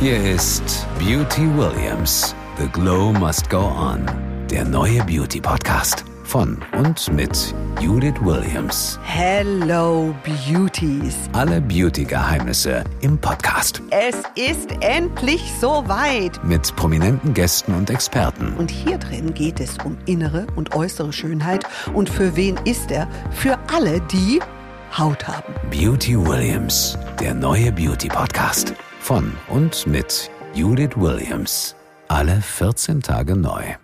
Hier ist Beauty Williams. The Glow Must Go On. Der neue Beauty Podcast von und mit Judith Williams. Hello Beauties. Alle Beauty Geheimnisse im Podcast Es ist endlich soweit. mit prominenten Gästen und Experten. Und hier drin geht es um innere und äußere Schönheit. Und für wen ist er? Für alle, die Haut haben. Beauty Williams. Der neue Beauty Podcast von und mit Judith Williams. Alle 14 Tage neu.